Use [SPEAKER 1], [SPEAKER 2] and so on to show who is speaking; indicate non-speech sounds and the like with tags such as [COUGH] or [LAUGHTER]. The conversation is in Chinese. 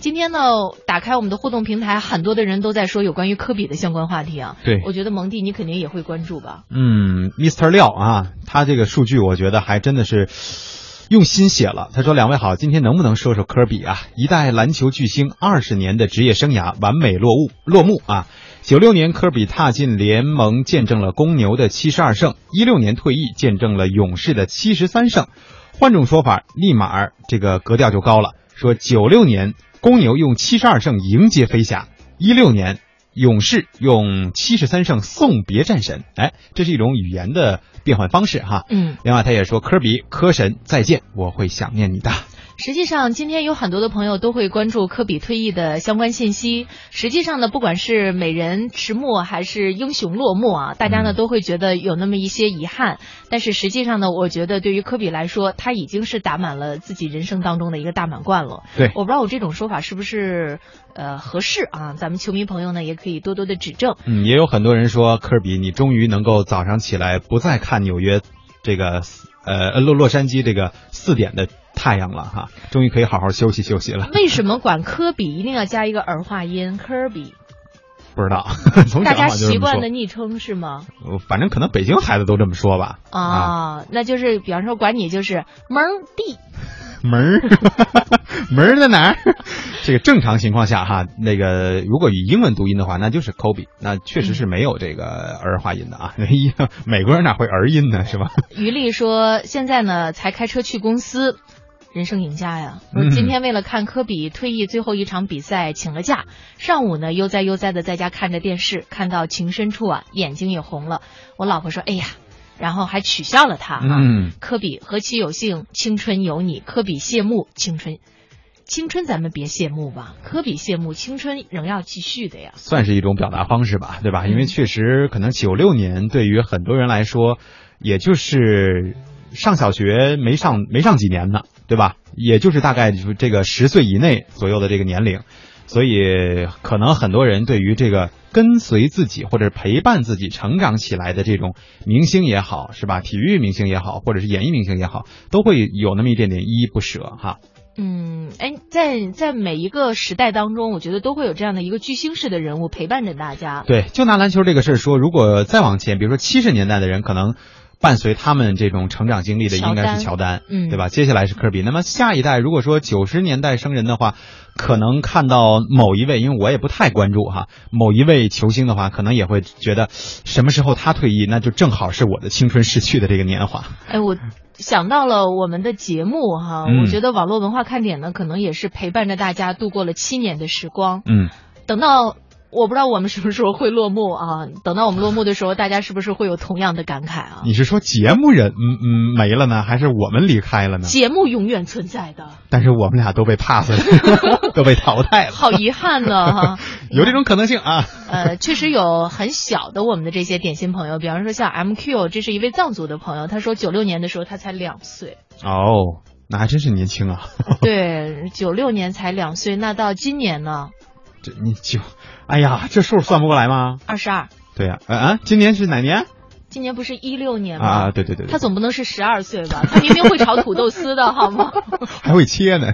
[SPEAKER 1] 今天呢，打开我们的互动平台，很多的人都在说有关于科比的相关话题啊。
[SPEAKER 2] 对
[SPEAKER 1] 我觉得蒙蒂你肯定也会关注吧？
[SPEAKER 2] 嗯，Mr. 廖啊，他这个数据我觉得还真的是用心写了。他说：“两位好，今天能不能说说科比啊？一代篮球巨星二十年的职业生涯完美落幕落幕啊！九六年科比踏进联盟，见证了公牛的七十二胜；一六年退役，见证了勇士的七十三胜。换种说法，立马这个格调就高了。说九六年公牛用七十二胜迎接飞侠，一六年勇士用七十三胜送别战神。哎，这是一种语言的变换方式哈。
[SPEAKER 1] 嗯，
[SPEAKER 2] 另外，他也说科比科神再见，我会想念你的。
[SPEAKER 1] 实际上，今天有很多的朋友都会关注科比退役的相关信息。实际上呢，不管是美人迟暮还是英雄落幕啊，大家呢
[SPEAKER 2] 嗯
[SPEAKER 1] 都会觉得有那么一些遗憾。但是实际上呢，我觉得对于科比来说，他已经是打满了自己人生当中的一个大满贯了。
[SPEAKER 2] 对
[SPEAKER 1] 我不知道我这种说法是不是呃合适啊？咱们球迷朋友呢也可以多多的指正。
[SPEAKER 2] [LAUGHS] 嗯，也有很多人说科比，你终于能够早上起来不再看纽约这个呃洛洛杉矶这个四点的太阳了哈，终于可以好好休息休息了。
[SPEAKER 1] 为什么管科比一定要加一个儿化音？科比，
[SPEAKER 2] 不知道， [LAUGHS] 从
[SPEAKER 1] 大
[SPEAKER 2] 小好
[SPEAKER 1] 家
[SPEAKER 2] 像就是这么
[SPEAKER 1] 习惯
[SPEAKER 2] 说
[SPEAKER 1] 的昵称是吗？
[SPEAKER 2] 呃反正可能北京孩子都这么说吧。
[SPEAKER 1] 啊，那就是比方说管你就是蒙蒂，
[SPEAKER 2] 门儿， [LAUGHS] 门儿在哪儿？ [LAUGHS] 这个正常情况下哈，那个如果以英文读音的话，那就是 Kobe，那确实是没有这个儿化音的啊。美国人哪会儿音呢？是吧？ [LAUGHS]
[SPEAKER 1] 于丽说：“现在呢，才开车去公司，人生赢家呀！说
[SPEAKER 2] 嗯
[SPEAKER 1] 今天为了看科比退役最后一场比赛，请了假。上午呢，悠哉悠哉的在家看着电视，看到情深处啊，眼睛也红了。我老婆说：‘哎呀’，然后还取笑了他啊。
[SPEAKER 2] 嗯，
[SPEAKER 1] 科比何其有幸，青春有你。科比谢幕，青春，青春咱们别谢幕吧。科比谢幕，青春仍要继续的呀。
[SPEAKER 2] 算是一种表达方式吧，对吧？
[SPEAKER 1] 嗯
[SPEAKER 2] 因为确实可能九六年对于很多人来说，也就是上小学没上没上几年呢，对吧？也就是大概就是这个十岁以内左右的这个年龄，所以可能很多人对于这个跟随自己或者陪伴自己成长起来的这种明星也好，是吧？体育明星也好，或者是演艺明星也好，都会有那么一点点依依不舍哈。
[SPEAKER 1] 嗯，哎，在在每一个时代当中，我觉得都会有这样的一个巨星式的人物陪伴着大家。
[SPEAKER 2] 对，就拿篮球这个事儿说，如果再往前，比如说七十年代的人，可能伴随他们这种成长经历的应该是
[SPEAKER 1] 乔
[SPEAKER 2] 乔丹，
[SPEAKER 1] 嗯
[SPEAKER 2] 对吧？接下来是科比，那么下一代如果说九十年代生人的话，可能看到某一位，因为我也不太关注哈，某一位球星的话，可能也会觉得什么时候他退役，那就正好是我的青春逝去的这个年华。
[SPEAKER 1] 哎，我想到了我们的节目哈，
[SPEAKER 2] 嗯
[SPEAKER 1] 我觉得网络文化看点呢，可能也是陪伴着大家度过了七年的时光。
[SPEAKER 2] 嗯，
[SPEAKER 1] 等到我不知道我们什么时候会落幕啊，等到我们落幕的时候，大家是不是会有同样的感慨啊？
[SPEAKER 2] 你是说节目人嗯嗯没了呢，还是我们离开了呢？
[SPEAKER 1] 节目永远存在的，
[SPEAKER 2] 但是我们俩都被 pass
[SPEAKER 1] [LAUGHS]
[SPEAKER 2] 了， [LAUGHS] 都被淘汰了，
[SPEAKER 1] 好遗憾呢哈。
[SPEAKER 2] 有这种可能性啊。
[SPEAKER 1] 呃，确实有很小的我们的这些点心朋友，比方说像 MQ，这是一位藏族的朋友，他说九六年的时候他才两
[SPEAKER 2] [LAUGHS]
[SPEAKER 1] 岁，
[SPEAKER 2] 哦，那还真是年轻啊！
[SPEAKER 1] 对，九六年才两岁，那到今年呢，
[SPEAKER 2] 这你就，哎呀，这数算不过来吗？
[SPEAKER 1] 二十二，
[SPEAKER 2] 对呀、啊，啊，今年是哪年
[SPEAKER 1] 今年不是一六年吗？
[SPEAKER 2] 啊？对对对对
[SPEAKER 1] 他总不能是十二岁吧？他明明会炒土豆丝的好吗？
[SPEAKER 2] 还会切呢。